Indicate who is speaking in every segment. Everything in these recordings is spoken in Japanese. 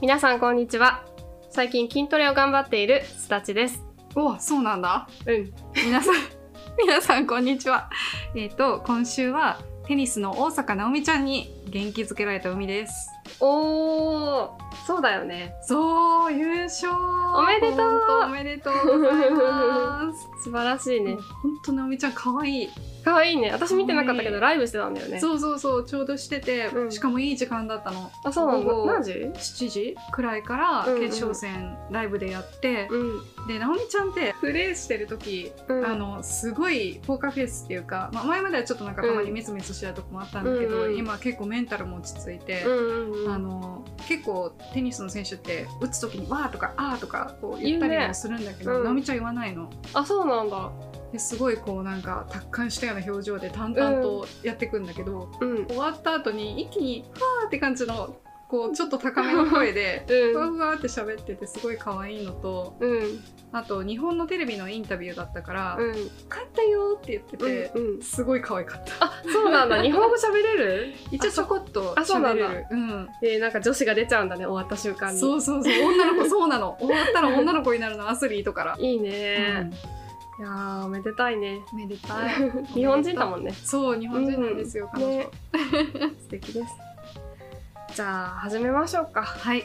Speaker 1: 皆さんこんにちは最近筋トレを頑張っているすだちです
Speaker 2: おそうなんだ
Speaker 1: うん
Speaker 2: 皆さん 皆さんこんにちはえっ、と今週はテニスの大坂なおみちゃんに元気づけられた海です
Speaker 1: おーそうだよね
Speaker 2: そう優勝お
Speaker 1: めでとう
Speaker 2: おめでとうございます
Speaker 1: 素晴らしい ね
Speaker 2: 本当なおみちゃん可愛い
Speaker 1: 可愛いね私見てなかったけ
Speaker 2: 可愛
Speaker 1: ど
Speaker 2: い
Speaker 1: ライブしてたんだよね
Speaker 2: そうそうそうちょうどしてて、
Speaker 1: うん
Speaker 2: しかもいい時間だったの
Speaker 1: あそうなんだ
Speaker 2: 午後
Speaker 1: 何時
Speaker 2: 7時くらいから
Speaker 1: うんうん
Speaker 2: 決勝戦ライブでやって、
Speaker 1: うん、
Speaker 2: でなおみちゃんってプレーしてる時、
Speaker 1: うん、
Speaker 2: あのすごいポーカーフェイスっていうか、まあ、前まではちょっとなんかたまにミスミスしてたとこもあったんだけど、
Speaker 1: うんうん
Speaker 2: 今結構メンタルも落ち着いて
Speaker 1: う、んうんうん
Speaker 2: あの結構テニスの選手って打つ時に「わー」とか「あー」とかこう言った
Speaker 1: 言う
Speaker 2: り
Speaker 1: ね
Speaker 2: もするんだけど、
Speaker 1: うん
Speaker 2: なおみちゃん言わないの。
Speaker 1: あそうなんだ
Speaker 2: ですごいこうなんか達観したような表情で淡々とやってくんだけど、
Speaker 1: うん
Speaker 2: 終わった後に一気に「わー」って感じのこうちょっと高めの声で。
Speaker 1: う
Speaker 2: ふわ
Speaker 1: ん
Speaker 2: ふわって喋っててすごい可愛いのと
Speaker 1: うん
Speaker 2: あと日本のテレビのインタビューだったから「
Speaker 1: うん
Speaker 2: 勝ったよ」って言ってて、
Speaker 1: うんうん
Speaker 2: すごい可愛かった
Speaker 1: あそうなん だ日本語喋れる
Speaker 2: 一応ちょこっと
Speaker 1: あそう
Speaker 2: 喋れ
Speaker 1: あそう
Speaker 2: るうん
Speaker 1: でなんか女子が出ちゃうんだね終わった瞬間に
Speaker 2: そうそうそう女の子そうなの終わったら女の子になるのアスリートから、
Speaker 1: いいうね、い
Speaker 2: ん
Speaker 1: やーおめでたいね
Speaker 2: おめでたい
Speaker 1: 日本人だも
Speaker 2: ん
Speaker 1: んね
Speaker 2: そう日本人なんですよ、
Speaker 1: うん
Speaker 2: 彼女、
Speaker 1: ね 素敵ですじゃあ始めましょうか
Speaker 2: はい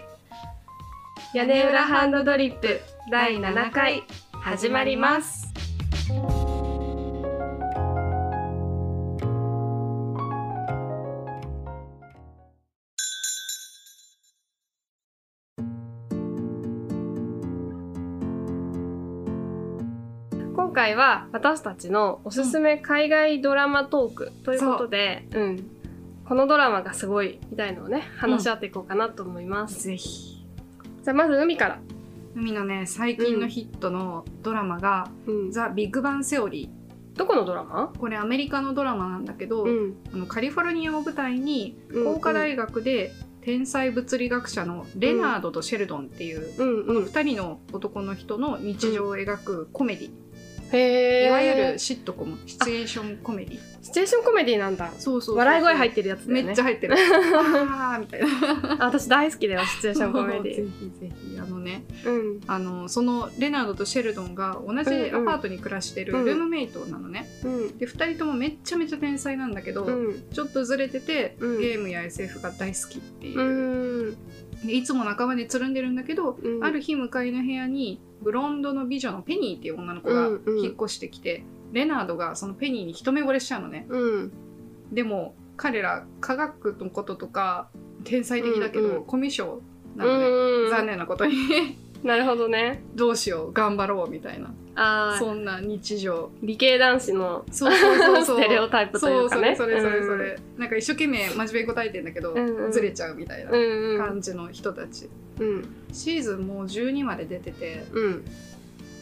Speaker 1: 屋根裏ハンドドリップ第7回始まります今回は私たちのおすすめ海外ドラマトークということで、うん、このドラマがすごいみたいのをね話し合っていこうかなと思います。
Speaker 2: ぜひ
Speaker 1: じゃあまず海から、
Speaker 2: 海のね最近のヒットのドラマが
Speaker 1: うん
Speaker 2: 「ザ・ビッグバン・セオリー」
Speaker 1: どこのドラマ？
Speaker 2: これアメリカのドラマなんだけど、
Speaker 1: ん、
Speaker 2: あのカリフォルニアを舞台に工科大学で天才物理学者のレナードとシェルドンっていう
Speaker 1: うんうん、
Speaker 2: 2人の男の人の日常を描くコメディ、
Speaker 1: へえ。
Speaker 2: いわゆるシットコムシチュエーションコメディ
Speaker 1: シチュエーションコメディなんだ。
Speaker 2: そうそう
Speaker 1: 笑い声入
Speaker 2: っ
Speaker 1: ってるやつだよね。
Speaker 2: めっちゃ入っ てるあーみたいな
Speaker 1: あ私大好きだよシチュエーションコメデ
Speaker 2: ぜひぜひあのね
Speaker 1: ィ。うん
Speaker 2: あのそのレナードとシェルドンが同じアパートに暮らしてる
Speaker 1: うんうん
Speaker 2: ルームメイトなのね、
Speaker 1: うん
Speaker 2: で2人ともめっちゃめちゃ天才なんだけど、
Speaker 1: うん
Speaker 2: ちょっとずれてて、
Speaker 1: うん
Speaker 2: ゲームや SF が大好きっていうう、
Speaker 1: ん
Speaker 2: でいつも仲間でつるんでるんだけど、
Speaker 1: うん
Speaker 2: ある日向かいの部屋にブロンドの美女のペニーっていう女の子が
Speaker 1: うんうん
Speaker 2: 引っ越してきて、レナードがそのペニーに一目惚れしちゃうのね
Speaker 1: うん
Speaker 2: でも彼ら科学のこととか天才的だけど、
Speaker 1: うんうん
Speaker 2: コミュ障なので、
Speaker 1: うん
Speaker 2: 残念なことに
Speaker 1: なるほどね。
Speaker 2: どうしよう頑張ろうみたいな
Speaker 1: ああ
Speaker 2: そんな日常
Speaker 1: 理系男子の
Speaker 2: そうそうそうそ
Speaker 1: ス
Speaker 2: う
Speaker 1: テレオタイプとい
Speaker 2: そうう
Speaker 1: か
Speaker 2: そ
Speaker 1: ね。
Speaker 2: れそれそれそれ、なんか一生懸命真面目に答えてんだけど、
Speaker 1: うんうん
Speaker 2: ずれちゃうみたいな
Speaker 1: うんうんうん
Speaker 2: 感じの人たち、
Speaker 1: うん
Speaker 2: シーズンもう12まで出てて
Speaker 1: うん。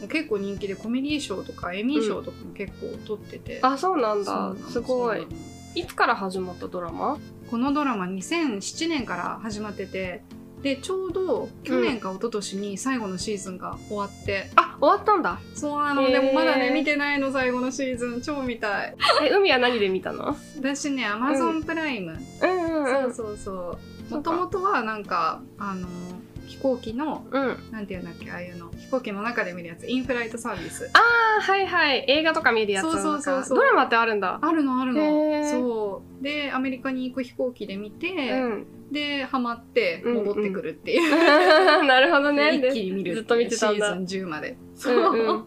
Speaker 2: 結構人気でコメディ賞とかエミー賞とかも結構取ってて、
Speaker 1: あそうなん
Speaker 2: そうな
Speaker 1: だ
Speaker 2: の
Speaker 1: すご
Speaker 2: そ
Speaker 1: いう
Speaker 2: な。の
Speaker 1: いつから始まったドラマ？
Speaker 2: このドラマ2007年から始まっててでちょうど去年か一昨年に最後のシーズンが終わって、
Speaker 1: あ終わったんだ。
Speaker 2: そうなの、
Speaker 1: へー
Speaker 2: でもまだね見てないの最後のシーズン超見たい
Speaker 1: え海は何で見たの？
Speaker 2: 私ねアマゾンプライム、
Speaker 1: うんう
Speaker 2: そうそうそう
Speaker 1: そう
Speaker 2: も
Speaker 1: か
Speaker 2: ともとはなんかあの飛行機の
Speaker 1: うん。
Speaker 2: なんていうんだっけああいうの飛行機の中で見るやつインフライトサービス
Speaker 1: あはいはい映画とか見るやつなのか
Speaker 2: そうそうそうそう
Speaker 1: ドラマってあるんだ
Speaker 2: あるのある
Speaker 1: へ
Speaker 2: の
Speaker 1: ー
Speaker 2: そうでアメリカに行く飛行機で見
Speaker 1: う
Speaker 2: て、
Speaker 1: ん
Speaker 2: でハマって戻ってくるっていう、
Speaker 1: なるほどね
Speaker 2: 一気に見る
Speaker 1: ずっと見てたんだ
Speaker 2: シーズン10まで
Speaker 1: う
Speaker 2: そ
Speaker 1: ん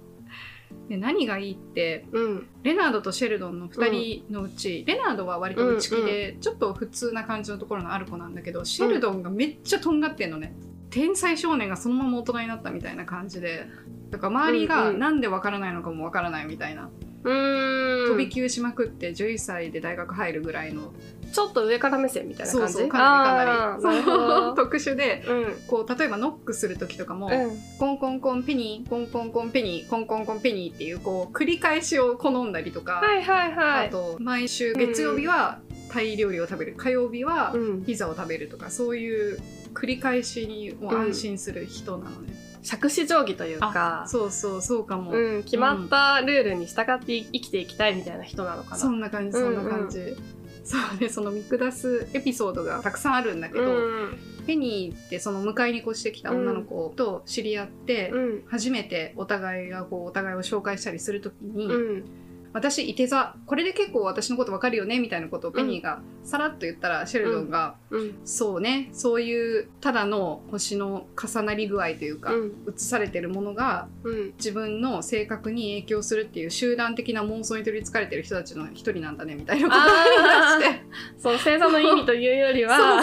Speaker 2: で何がいいって
Speaker 1: うん
Speaker 2: レナードとシェルドンの2人のうち、レナードは割と内気で、ちょっと普通な感じのところのある子なんだけどシェルドンがめっちゃとんがってんのね、天才少年がそのまま大人になったみたいな感じでだから周り
Speaker 1: うん
Speaker 2: が
Speaker 1: うん
Speaker 2: なんでわからないのかもわからないみたいな、
Speaker 1: うーん
Speaker 2: 飛び級しまくって11歳で大学入るぐらいの
Speaker 1: ちょっと上から目線みたいな感じ
Speaker 2: そうそうかなりかなり
Speaker 1: あーなるほど
Speaker 2: 特殊で
Speaker 1: うん
Speaker 2: こう例えばノックする時とかも、
Speaker 1: うん
Speaker 2: コンコンコンペニーコンコンコンペニーコンコンコンペニーっていうこう繰り返しを好んだりとか、
Speaker 1: はいはいは
Speaker 2: あ
Speaker 1: い
Speaker 2: と毎週月曜日はタイ料理を食べる火曜日は
Speaker 1: うん
Speaker 2: ピザを食べるとかそういう繰り返しにも安心する人なのね、
Speaker 1: 尺子定規というか
Speaker 2: そうそうそうかも、
Speaker 1: うん決まったルールに従って生きていきたいみたいな人なのかな
Speaker 2: そんな感じそんな感じ、そうねその見下すエピソードがたくさんあるんだけど、
Speaker 1: うん
Speaker 2: ペニーってその迎えに越してきた女の子と知り合って、
Speaker 1: うん
Speaker 2: 初めてお互いがこうお互いを紹介したりするときに、
Speaker 1: うん
Speaker 2: 私いて座これで結構私のことわかるよねみたいなことをペニーがさらっと言ったらシェルドンが、
Speaker 1: うん
Speaker 2: そうねそういうただの星の重なり具合というか、
Speaker 1: うん
Speaker 2: 映されてるものが
Speaker 1: うん
Speaker 2: 自分の性格に影響するっていう集団的な妄想に取りつかれてる人たちの一人なんだねみたいなことを
Speaker 1: あ
Speaker 2: 言い出して
Speaker 1: ー そう星座の意味というよりは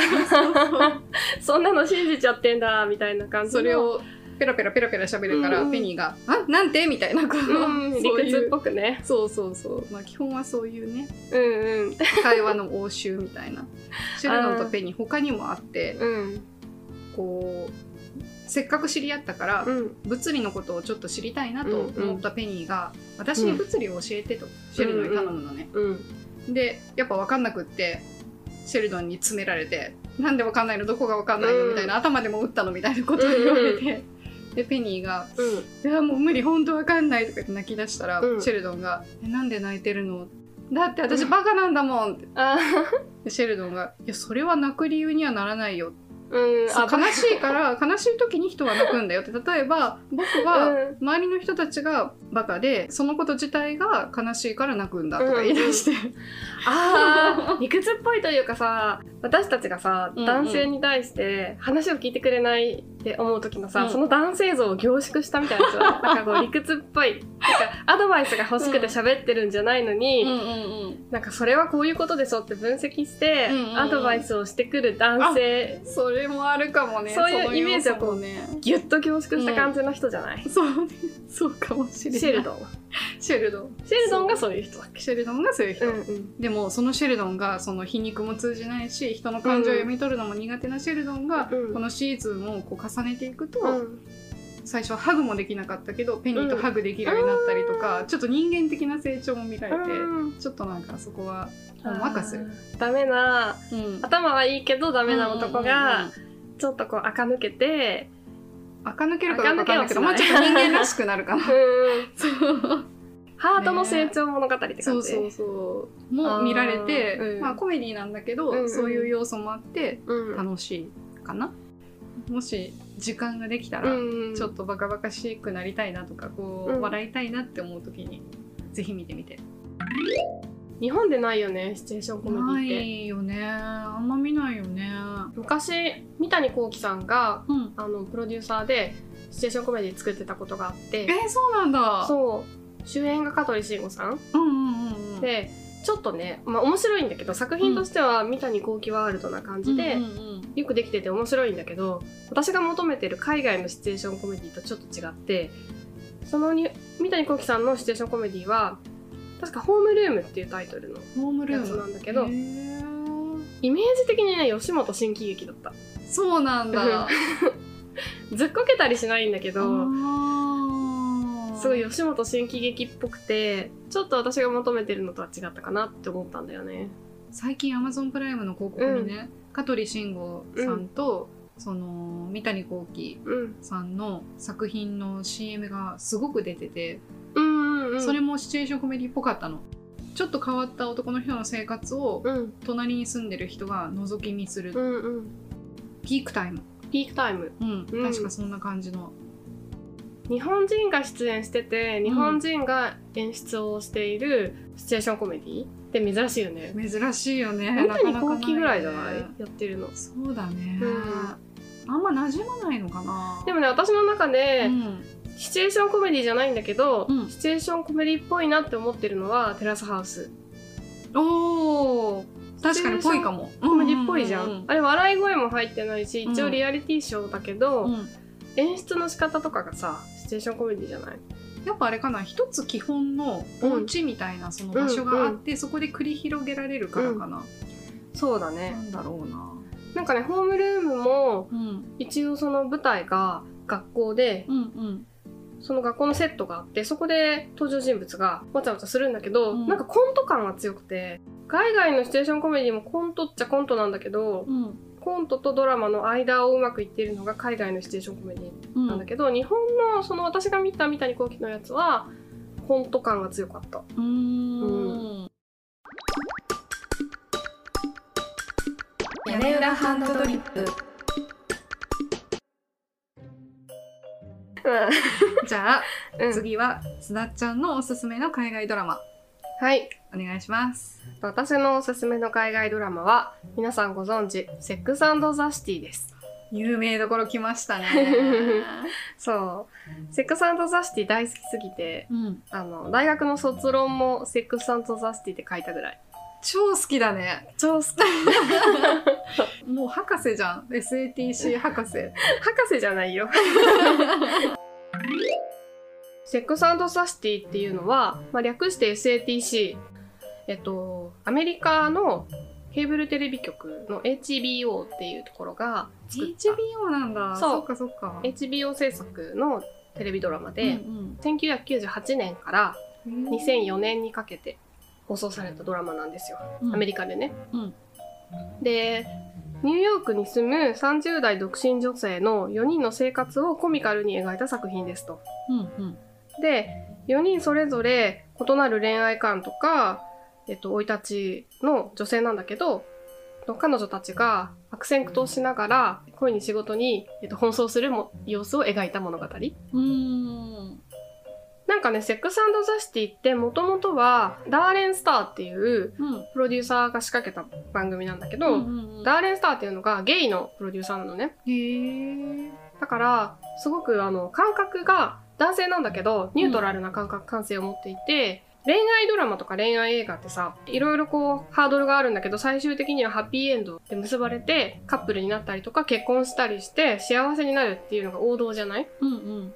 Speaker 1: そんなの信じちゃってんだみたいな感じの
Speaker 2: それをペラペラペラペラ喋るから、
Speaker 1: うん
Speaker 2: ペニーが「あなんて?」みたいなこう
Speaker 1: うん理
Speaker 2: そうい
Speaker 1: 屈っ
Speaker 2: う
Speaker 1: ぽくね
Speaker 2: そうそうそうまあ基本はそういうね
Speaker 1: うんうん
Speaker 2: 会話の応酬みた いなシェルノンとペニー他にもあって
Speaker 1: うん
Speaker 2: こうせっかく知り合ったから、
Speaker 1: うん
Speaker 2: 物理のことをちょっと知りたいなと
Speaker 1: うんうん
Speaker 2: 思ったペニーが「私に物理を教えて」とシェルノンに頼むのね。
Speaker 1: うん
Speaker 2: でやっぱ分かんなくってシェルドンに詰められて「なんで分かんないのどこが分かんないの?」みたいな、頭でも打ったのみたいなことを言われて、でペニーが
Speaker 1: うん
Speaker 2: 「いやもう無理本当分かんない」とか言って泣き出したら、
Speaker 1: うん
Speaker 2: シェルドンが「えなんで泣いてるの?」だって私バカなんだもんって
Speaker 1: あ
Speaker 2: でシェルドンが「いやそれは泣く理由にはならないよ」
Speaker 1: ーうん
Speaker 2: そう悲しいから悲しい時に人は泣くんだよって例えば僕は
Speaker 1: うん
Speaker 2: 周りの人たちがバカでそのこと自体が悲しいから泣くんだとか言い出して、
Speaker 1: あー理屈っぽいというかさ私たちがさ
Speaker 2: うんうん
Speaker 1: 男性に対して話を聞いてくれないって思う時のさ、
Speaker 2: うん
Speaker 1: その男性像を凝縮したみたいなさなんかこう理屈っぽいなんかアドバイスが欲しくて喋ってるんじゃないのに、
Speaker 2: うんうん
Speaker 1: なんかそれはこういうことでしょって分析して、
Speaker 2: うんうんうん
Speaker 1: アドバイスをしてくる男性
Speaker 2: それもあるかもね。
Speaker 1: そういう
Speaker 2: の要素も
Speaker 1: イメージをこう
Speaker 2: ね。
Speaker 1: ぎゅっと凝縮した感じの人じゃない、
Speaker 2: そうね。そうかもしれない。
Speaker 1: シェルドン
Speaker 2: シェルドン。
Speaker 1: シェルドンがそういう人だっけ
Speaker 2: シェルドンがそういう人。
Speaker 1: うんうん
Speaker 2: でもそのシェルドンがその皮肉も通じないし人の感情を読み取るのも苦手なシェルドンが、
Speaker 1: うん
Speaker 2: このシーズンをこう重ねていくと、
Speaker 1: うん
Speaker 2: 最初はハグもできなかったけどペニーとハグできるようになったりとか、ちょっと人間的な成長も見られて、
Speaker 1: うん
Speaker 2: ちょっとなんかそこはほんわかする。
Speaker 1: ダメな
Speaker 2: うん
Speaker 1: 頭はいいけどダメな男が、
Speaker 2: うんうんうん
Speaker 1: ちょっとこう垢抜けて、
Speaker 2: 垢抜けるかどうかわかんないけど、ま
Speaker 1: 垢抜
Speaker 2: あちょっ
Speaker 1: け
Speaker 2: と
Speaker 1: はしない
Speaker 2: 人間らしくなるかな。そう
Speaker 1: ハートの成長物語って感じ。
Speaker 2: そうそうそうも見られて
Speaker 1: あーうん
Speaker 2: まあ、コメディなんだけど、
Speaker 1: うんうん
Speaker 2: そういう要素もあって
Speaker 1: うん。
Speaker 2: 楽しいかな、もし時間ができた
Speaker 1: う
Speaker 2: ら、
Speaker 1: ん、
Speaker 2: ちょっとバカバカしくなりたいなとかこう、
Speaker 1: うん
Speaker 2: 笑いたいなって思う時にぜひ見てみて
Speaker 1: 日本でないよねシチュエーションコメデ
Speaker 2: な
Speaker 1: ィって
Speaker 2: いよねあんま見ないよね
Speaker 1: 昔三谷幸喜さんが
Speaker 2: うん
Speaker 1: あのプロデューサーでシチュエーションコメディ作ってたことがあって
Speaker 2: えー、そうなんだ
Speaker 1: そう主演が香取慎吾さん、
Speaker 2: うんうんうんうん
Speaker 1: でちょっとね、まあ、面白いんだけど作品としては三谷幸喜ワールドな感じで、
Speaker 2: うんうん
Speaker 1: よくできてて面白いんだけど私が求めてる海外のシチュエーションコメディとちょっと違ってそのに三谷幸喜さんのシチュエーションコメディは確か「ホームルーム」っていうタイトルの
Speaker 2: うん、ホームル
Speaker 1: や
Speaker 2: ー
Speaker 1: つ
Speaker 2: ム
Speaker 1: なんだけど
Speaker 2: へー
Speaker 1: イメージ的にね吉本新喜劇だった
Speaker 2: そうなんだ
Speaker 1: ずっこけたりしないんだけど
Speaker 2: あー
Speaker 1: すごい吉本新喜劇っぽくてちょっと私が求めてるのとは違ったかなって思ったんだよね
Speaker 2: 最近アマゾンプライムの広告にね、香取慎吾さんと、その三谷幸喜
Speaker 1: うん
Speaker 2: さんの作品の CM がすごく出てて、
Speaker 1: うんうんうん
Speaker 2: それもシチュエーションコメディっぽかったの。ちょっと変わった男の人の生活を
Speaker 1: うん
Speaker 2: 隣に住んでる人が覗き見する、
Speaker 1: うんうん
Speaker 2: ピークタイム、
Speaker 1: ピークタイム
Speaker 2: うん
Speaker 1: うん
Speaker 2: 確かそんな感じの、
Speaker 1: 日本人が出演してて日本人が演出をしているシチュエーションコメディって珍しいよね。
Speaker 2: 珍しいよね
Speaker 1: 三
Speaker 2: なか
Speaker 1: 谷
Speaker 2: なか
Speaker 1: 幸喜ぐらいじゃない
Speaker 2: よね
Speaker 1: やってるの。
Speaker 2: そうだね、
Speaker 1: う
Speaker 2: あんま馴染まないのかな
Speaker 1: でもね私の中で、
Speaker 2: うん
Speaker 1: シチュエーションコメディじゃないんだけど、
Speaker 2: うん
Speaker 1: シチュエーションコメディっぽいなって思ってるのはテラスハウス
Speaker 2: おー確かにぽいかも
Speaker 1: コメディっぽいじゃん,、
Speaker 2: ううう
Speaker 1: あれ笑い声も入ってないし一
Speaker 2: う
Speaker 1: 応
Speaker 2: ん
Speaker 1: リアリティショーだけど、
Speaker 2: うん
Speaker 1: 演出の仕方とかがさシチュエーションコメディじゃない
Speaker 2: やっぱあれかな一つ基本のお家みたいなその場所があって、そこで繰り広げられるからかな、
Speaker 1: そうだね
Speaker 2: なんだろうな、
Speaker 1: なんかねホームルームも
Speaker 2: うん、
Speaker 1: 一応その舞台が学校で
Speaker 2: うんうん
Speaker 1: その学校のセットがあってそこで登場人物がわちゃわちゃするんだけど、
Speaker 2: うん
Speaker 1: なんかコント感が強くて海外のシチュエーションコメディもコントっちゃコントなんだけど
Speaker 2: うん
Speaker 1: コントとドラマの間をうまくいっているのが海外のシチュエーションコメディ
Speaker 2: うん
Speaker 1: なんだけど、日本のその私が見た三谷幸喜のやつはコント感が強かった。
Speaker 2: うーん
Speaker 3: 屋根裏ハンドドリップ
Speaker 2: じゃあ、
Speaker 1: うん
Speaker 2: 次は須田ちゃんのおすすめの海外ドラマ
Speaker 1: はい。
Speaker 2: お願いします。
Speaker 1: 私のおすすめの海外ドラマは、皆さんご存知、セックスザシティです。
Speaker 2: 有名どころ来ました ね。
Speaker 1: そう。セックスザシティ大好きすぎて、
Speaker 2: うん、
Speaker 1: あの、大学の卒論もセックスザシティで書いたぐらい。
Speaker 2: 超好きだね。
Speaker 1: 超 好き。
Speaker 2: もう博士じゃん。SATC 博士。
Speaker 1: 博士じゃないよ。 セックスサシティっていうのは、まあ、略して SATC、えっと、アメリカのケーブルテレビ局の HBO っていうところが作った
Speaker 2: HBO なんだ。
Speaker 1: そう
Speaker 2: そっかそっか。
Speaker 1: HBO 制作のテレビドラマで、
Speaker 2: うん
Speaker 1: 1998年から
Speaker 2: うん
Speaker 1: 2004年にかけて放送されたドラマなんですよ。アメリカでね。
Speaker 2: うん
Speaker 1: でニューヨークに住む30代独身女性の4人の生活をコミカルに描いた作品ですと。
Speaker 2: うんうん
Speaker 1: で4人それぞれ異なる恋愛観とかえっと、生い立ちの女性なんだけど彼女たちが悪戦苦闘しながら恋に仕事に、えっと、奔走するも様子を描いた物語。
Speaker 2: うん。うん。
Speaker 1: なんかね、セックスザシティってもともとはダーレンスターっていう
Speaker 2: うん。
Speaker 1: プロデューサーが仕掛けた番組なんだけど、
Speaker 2: うんうん
Speaker 1: ダーレンスターっていうのがゲイのプロデューサーなのね。
Speaker 2: へえ。
Speaker 1: だから、すごくあの、感覚が男性なんだけど、ニュートラルな感覚、感性を持っていて、恋愛ドラマとか恋愛映画ってさ、いろいろこう、ハードルがあるんだけど、最終的にはハッピーエンドで結ばれて、カップルになったりとか、結婚したりして、幸せになるっていうのが王道じゃない
Speaker 2: うんうん。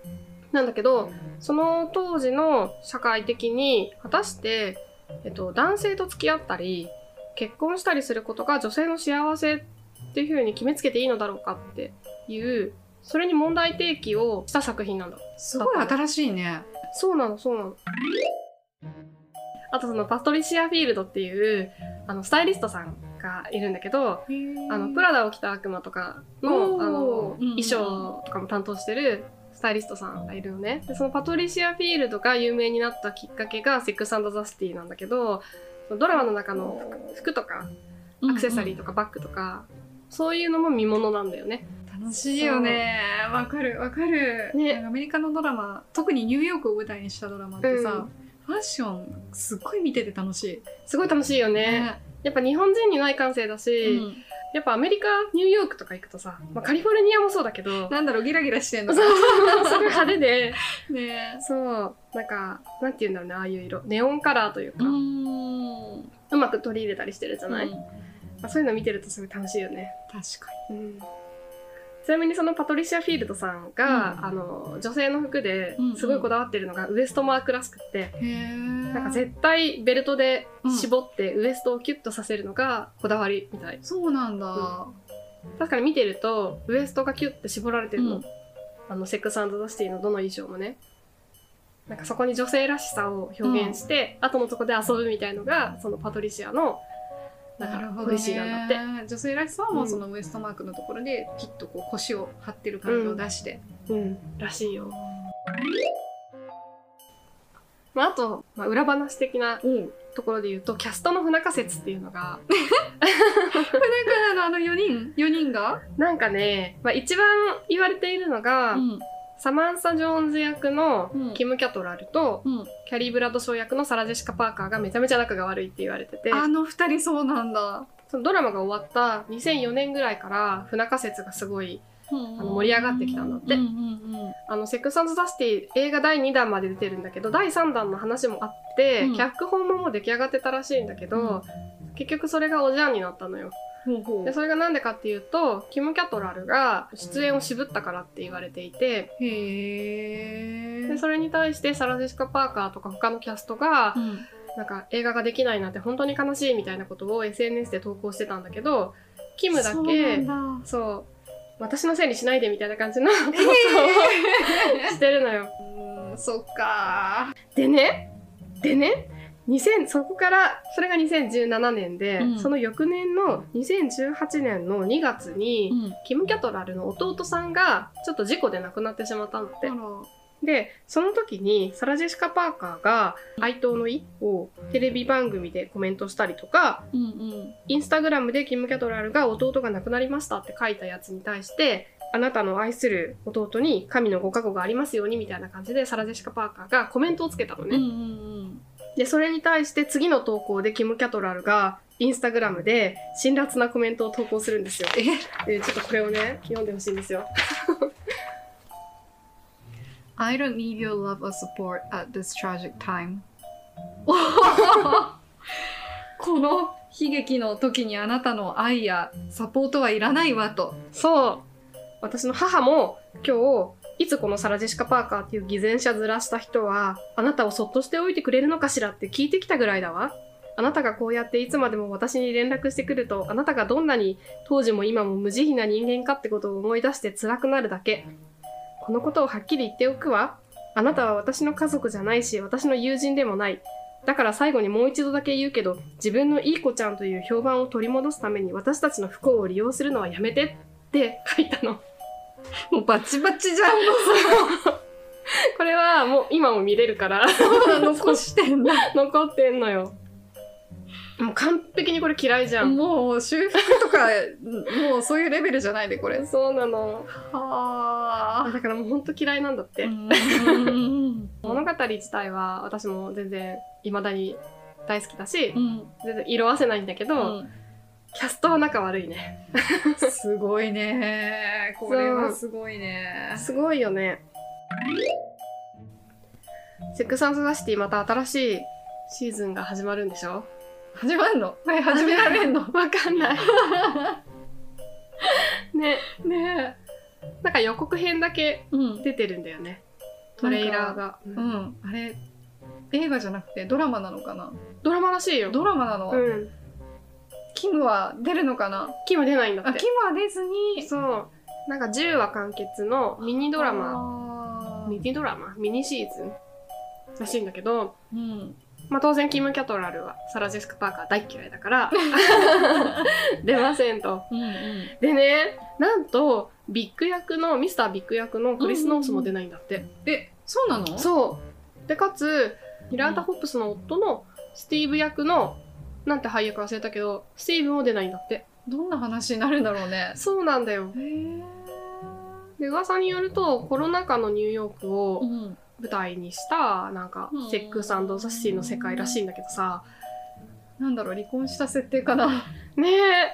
Speaker 1: なんだけど、その当時の社会的に、果たして、えっと、男性と付き合ったり、結婚したりすることが女性の幸せっていうふうに決めつけていいのだろうかっていう、それに問題提起をした作品なんだ。
Speaker 2: すごい新しいね。
Speaker 1: そうなの、そうなの。あとそのパトリシア・フィールドっていう、あの、スタイリストさんがいるんだけど、あのプラダを着た悪魔とか
Speaker 2: お
Speaker 1: の
Speaker 2: ー
Speaker 1: あの
Speaker 2: うんうん
Speaker 1: 衣装とかも担当してるスタイリストさんがいるのねでそのパトリシア・フィールドが有名になったきっかけが「セックスザ・シティ」なんだけどドラマの中の服服とかアクセサリーと
Speaker 2: か。
Speaker 1: かバッグとか、そういうのも見物なんだよね
Speaker 2: 楽しいよね。わかるわかる。
Speaker 1: ね
Speaker 2: なんかアメリカのドラマ、特にニューヨークを舞台にしたドラマってさ、
Speaker 1: うん
Speaker 2: ファッションすっごい見てて楽し
Speaker 1: すごい楽しいよ
Speaker 2: い。
Speaker 1: ねやっぱ日本人にない感性だ
Speaker 2: う
Speaker 1: し、
Speaker 2: ん
Speaker 1: やっぱアメリカニューヨークとか行くとさ、まあ、カリフォルニアもそうだけど
Speaker 2: なんだろうギラギラしてんの
Speaker 1: そう そうすごい派手で
Speaker 2: ね。
Speaker 1: そうなんかなんて言うんだろうねああいう色ネオンカラーというか、
Speaker 2: ん。
Speaker 1: うまく取り入れたりしてるじゃない、
Speaker 2: うん
Speaker 1: まあ、そういうの見てるとすごい楽しいよね、
Speaker 2: 確か
Speaker 1: うん、ちなみにそのパトリシア・フィールドさんが、
Speaker 2: うん
Speaker 1: あの女性の服で
Speaker 2: うんうん
Speaker 1: すごいこだわってるのがウエストマークらしくって、
Speaker 2: に。へえ。
Speaker 1: なんか絶対ベルトで絞ってウエストをキュッとさせるのがこだわりみたい、
Speaker 2: そうなんだ。
Speaker 1: 確かに見てるとウエストがキュッて絞られてるの、
Speaker 2: うん
Speaker 1: あのセックスザ・シティのどの衣装もねなんかそこに女性らしさを表現して、後のとこで遊ぶみたいのがそのパトリシアのな
Speaker 2: なんる
Speaker 1: か
Speaker 2: ほ
Speaker 1: ポ
Speaker 2: ど
Speaker 1: リシーなんだって
Speaker 2: ね。女性らしさはもうそのウエストマークのところできっとこう腰を張ってる感じを出して。
Speaker 1: うん、らしいよ。まあ、あと、まあ、裏話的な
Speaker 2: うん。
Speaker 1: ところで言うと、キャストの不仲説っていうのが、
Speaker 2: だからあの4人4人が、
Speaker 1: なんかね、まあ、一番言われているのが、
Speaker 2: うん
Speaker 1: サマンサ・ジョーンズ役の
Speaker 2: うん
Speaker 1: キム・キャトラルと、
Speaker 2: うん、
Speaker 1: キャリー・ブラッドショー役のサラ・ジェシカ・パーカーがめちゃめちゃ仲が悪いって言われてて、
Speaker 2: あの2人そうなんだ、
Speaker 1: そのドラマが終わった2004年ぐらいから、不仲説がすごい、
Speaker 2: うん
Speaker 1: あの盛り上がってきたんだって
Speaker 2: うんうんうん
Speaker 1: あの、セックスザ・シティ映画第2弾まで出てるんだけど、第3弾の話もあって、
Speaker 2: うん
Speaker 1: 脚本ももう出来上がってたらしいんだけど、結局それがおじゃんになったのよ。
Speaker 2: ほうほ
Speaker 1: で、
Speaker 2: う
Speaker 1: それがなんでかっていうと、キム・キャトラルが出演を渋ったからって言われていて、
Speaker 2: へえ
Speaker 1: で、それに対してサラ・ジェシカ・パーカーとか他のキャストが
Speaker 2: う、ん
Speaker 1: なんか映画ができないなんて本当に悲しいみたいなことを SNS で投稿してたんだけど、キムだ
Speaker 2: そうな
Speaker 1: け
Speaker 2: ん、だ
Speaker 1: そう、私のせいにしないでみたいな感じの投稿をしてるのよ。
Speaker 2: うんそっか
Speaker 1: でね、でね、2000そこからそれが2017年で、
Speaker 2: うん
Speaker 1: その翌年の2018年の2月に、
Speaker 2: うん
Speaker 1: キム・キャトラルの弟さんがちょっと事故で亡くなってしまったのって、でその時にサラ・ジェシカ・パーカーが哀悼の意をテレビ番組でコメントしたりとか
Speaker 2: うんうん
Speaker 1: インスタグラムでキム・キャトラルが弟が亡くなりましたって書いたやつに対してあなたの愛する弟に神のご加護がありますようにみたいな感じでサラ・ジェシカ・パーカーがコメントをつけたのね。
Speaker 2: うんうん
Speaker 1: で、それに対して次の投稿でキム・キャトラルがインスタグラムで辛辣なコメントを投稿するんですよ。で、
Speaker 2: え
Speaker 1: ちょっとこれをね、読んでほしいんですよ。
Speaker 2: I don't need your love or support at this tragic time この悲劇の時にあなたの愛やサポートはいらないわと
Speaker 1: そう。私の母も今日、いつこのサラ・ジェシカ・パーカーっていう偽善者ずらした人は、あなたをそっとしておいてくれるのかしらって聞いてきたぐらいだわ。あなたがこうやっていつまでも私に連絡してくると、あなたがどんなに当時も今も無慈悲な人間かってことを思い出して辛くなるだけ。このことをはっきり言っておくわ。あなたは私の家族じゃないし、私の友人でもない。だから最後にもう一度だけ言うけど、自分のいい子ちゃんという評判を取り戻すために私たちの不幸を利用するのはやめてって書いたの。
Speaker 2: もうバチバチじ ゃん
Speaker 1: これはもう今も見れるから
Speaker 2: 残してんだ
Speaker 1: 残ってんのよもう完璧にこれ嫌いじゃん
Speaker 2: もう修復とか もうそういうレベルじゃないでこれ
Speaker 1: そうなの
Speaker 2: は
Speaker 1: だからもうほんと嫌いなんだっ
Speaker 2: あ
Speaker 1: て、物語自体は私も全然未だに大好きだし、全然色褪せないんだけど、キャストは仲悪いね
Speaker 2: すごいねこれはすごいね
Speaker 1: すごいよねセックスアンドザシティまた新しいシーズンが始まるんでしょ
Speaker 2: 始まんのはい 始められんの
Speaker 1: わかんない ね
Speaker 2: ね
Speaker 1: なんか予告編だけ
Speaker 2: うん
Speaker 1: 出てるんだよねトレーラーが、うん
Speaker 2: うん、あれ映画じゃなくてドラマなのかな
Speaker 1: ドラマらしいよ
Speaker 2: ドラマなの、
Speaker 1: うん
Speaker 2: キムは出るのかな
Speaker 1: キム出ないんだ
Speaker 2: あ
Speaker 1: って
Speaker 2: キムは出ずに
Speaker 1: そうなんか10話完結のミニドラマ
Speaker 2: マ
Speaker 1: ミニドラマミニシーズンらしいんだけど
Speaker 2: うん
Speaker 1: まあ当然キム・キャトラルはサラ・ジェスカ・パーカー大嫌いだから 出ませんと
Speaker 2: うんうん
Speaker 1: でねなんとビッグ役のミスタービッグ役のクリス・ノースも出ないんだって、
Speaker 2: えそうなの
Speaker 1: そうでかつ平田ホップスの夫のスティーブ役のなんて俳優か忘れたけどスティーブも出ないんだって
Speaker 2: どんな話になるんだろうね
Speaker 1: そうなんだよ
Speaker 2: へえ
Speaker 1: で噂によるとコロナ禍のニューヨークを舞台にしたなんか
Speaker 2: うん
Speaker 1: セックスザ・シティの世界らしいんだけどさ
Speaker 2: なんだろう離婚した設定かな
Speaker 1: ねえ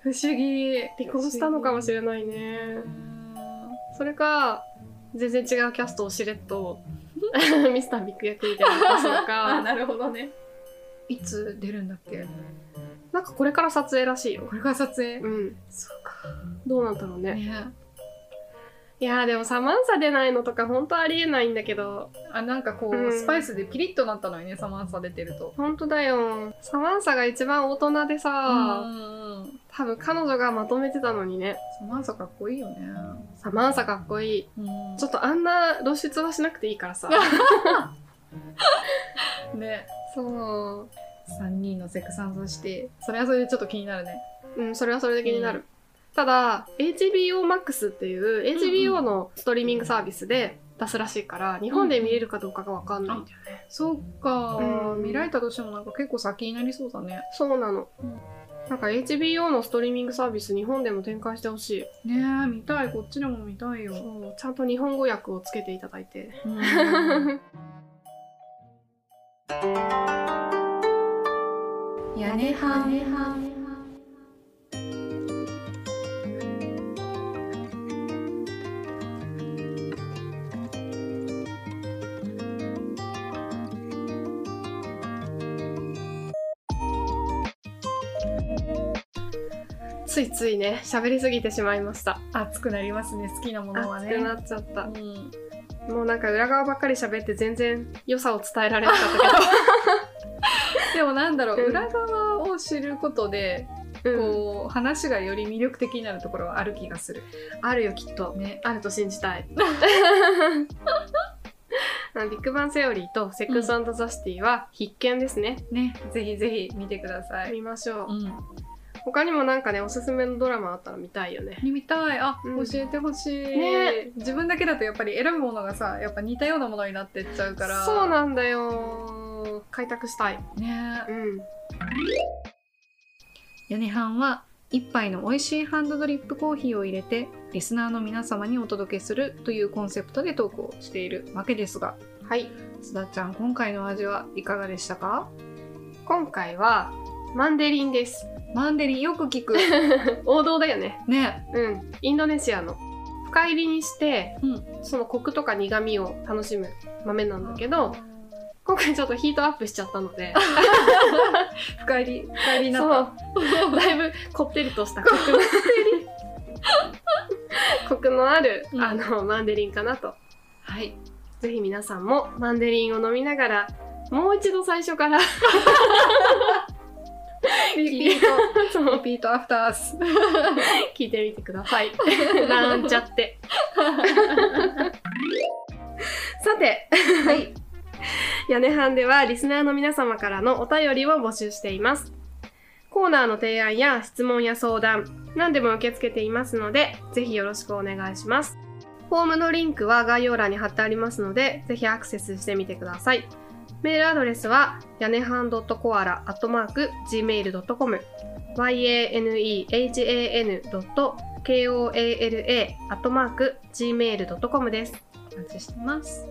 Speaker 2: 不思議
Speaker 1: 離婚したのかもしれないねそれか全然違うキャストをしれっ とミスタービッグ役みたいなのを出すの
Speaker 2: あ
Speaker 1: か
Speaker 2: なるほどねいつ出るんだっけ
Speaker 1: なんかこれから撮影らしいよ
Speaker 2: これが撮影
Speaker 1: うん
Speaker 2: そうか
Speaker 1: どうなんだろうね
Speaker 2: ね
Speaker 1: いやーでもサマンサ出ないのとかほんとありえないんだけど
Speaker 2: あなんかこう、
Speaker 1: うん
Speaker 2: スパイスでピリッとなったのにねサマンサ出てると
Speaker 1: ほんとだよサマンサが一番大人でさ、
Speaker 2: うん
Speaker 1: 多分彼女がまとめてたのにね
Speaker 2: サマンサかっこいいよね、
Speaker 1: サマンサかっこいいち
Speaker 2: ち
Speaker 1: ょ
Speaker 2: ょ
Speaker 1: っとあんな露出はしなくていいから さ
Speaker 2: っとね
Speaker 1: そ
Speaker 2: 3人のセクサンドしてそれはそれでちょっと気になるね
Speaker 1: ううんそれはそれで気になる、ただ HBO Max っていう HBO のストリーミングサービスで出すらしいから日本で見れるかどうかがわかんないんだよね、
Speaker 2: そうか、
Speaker 1: うん
Speaker 2: 見られたとしてもなんか結構先になりそうだね
Speaker 1: そうなの、
Speaker 2: うん
Speaker 1: なんか HBO のストリーミングサービス日本でも展開してほしい
Speaker 2: ねえ見たいこっちでも見たいよ
Speaker 1: そうちゃんと日本語訳をつけていただいて
Speaker 2: うん屋根は
Speaker 1: ついついね喋りすぎてしまいました
Speaker 2: 熱くなりますね好きなものは
Speaker 1: 熱
Speaker 2: ね
Speaker 1: くなっちゃった、
Speaker 2: うん
Speaker 1: もうなんか裏側ばっかり喋って全然良さを伝えられなかった
Speaker 2: でもなんだろう、
Speaker 1: うん
Speaker 2: 裏側を知ることで
Speaker 1: けど、うん、
Speaker 2: こう話がより魅力的になるところはある気がする
Speaker 1: あるよきっと
Speaker 2: ね。
Speaker 1: あると信じたい あのビッグバンセオリーとセックスザシティは必見ですね、
Speaker 2: ね、ぜひぜひ見てください。
Speaker 1: 見ましょう、
Speaker 2: ん、
Speaker 1: 他にもなんかねおすすめのドラマあったら見たいよね
Speaker 2: 見たい。あ、
Speaker 1: うん
Speaker 2: 教えてほしい、
Speaker 1: ね
Speaker 2: 自分だけだとやっぱり選ぶものがさ、やっぱ似たようなものになってっちゃうから。
Speaker 1: そうなんだよ開拓したい
Speaker 2: ね
Speaker 1: う。ん
Speaker 2: ヤネハンは一杯の美味しいハンドドリップコーヒーを入れてリスナーの皆様にお届けするというコンセプトでトークをしているわけですが
Speaker 1: はい
Speaker 2: 須田ちゃん今回の味はいかがでしたか
Speaker 1: 今回はマンデリンです
Speaker 2: マンデリンよく聞く
Speaker 1: 王道だよね
Speaker 2: ね
Speaker 1: うんインドネシアの深入りにして、
Speaker 2: うん
Speaker 1: そのコクとか苦味を楽しむ豆なんだけど今回ちょっとヒートアップしちゃったので
Speaker 2: 深入り深入りにな
Speaker 1: そ
Speaker 2: っ
Speaker 1: うだいぶこってりとしたコクのコクのある、
Speaker 2: うん
Speaker 1: あのマンデリンかなと
Speaker 2: た はい
Speaker 1: ぜひ皆さんもマンデリンを飲みながらもう一度最初から
Speaker 2: リピー
Speaker 1: そ
Speaker 2: ト
Speaker 1: の
Speaker 2: リピートアフタース
Speaker 1: 聞いてみてくださ い。なんちゃって。さて、
Speaker 2: はい
Speaker 1: 屋根班ではリスナーの皆様からのお便りを募集しています。コーナーの提案や質問や相談、何でも受け付けていますので、ぜひよろしくお願いします。フォームのリンクは概要欄に貼ってありますので、ぜひアクセスしてみてください。メールアドレスは、屋根班 .koala.gmail.com yanehan.koala.gmail.com です。
Speaker 2: お待ちしてます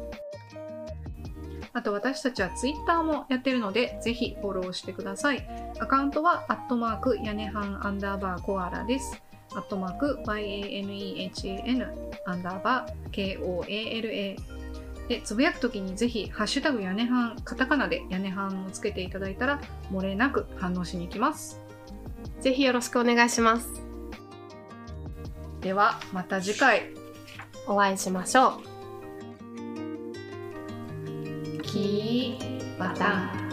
Speaker 2: あと私たちはツイッターもやってるのでぜひフォローしてくださいアカウントはアットマーク屋根半アンダーバーコアラですアットマーク YANEHAN アンダーバー KOALA でつぶやくときにぜひ「ハッシュタグ屋根半」カタカナで屋根半をつけていただいたら漏れなく反応しに行きます
Speaker 1: ぜひよろしくお願いします。
Speaker 2: ではまた次回
Speaker 1: お会いしましょう。
Speaker 2: キーバタン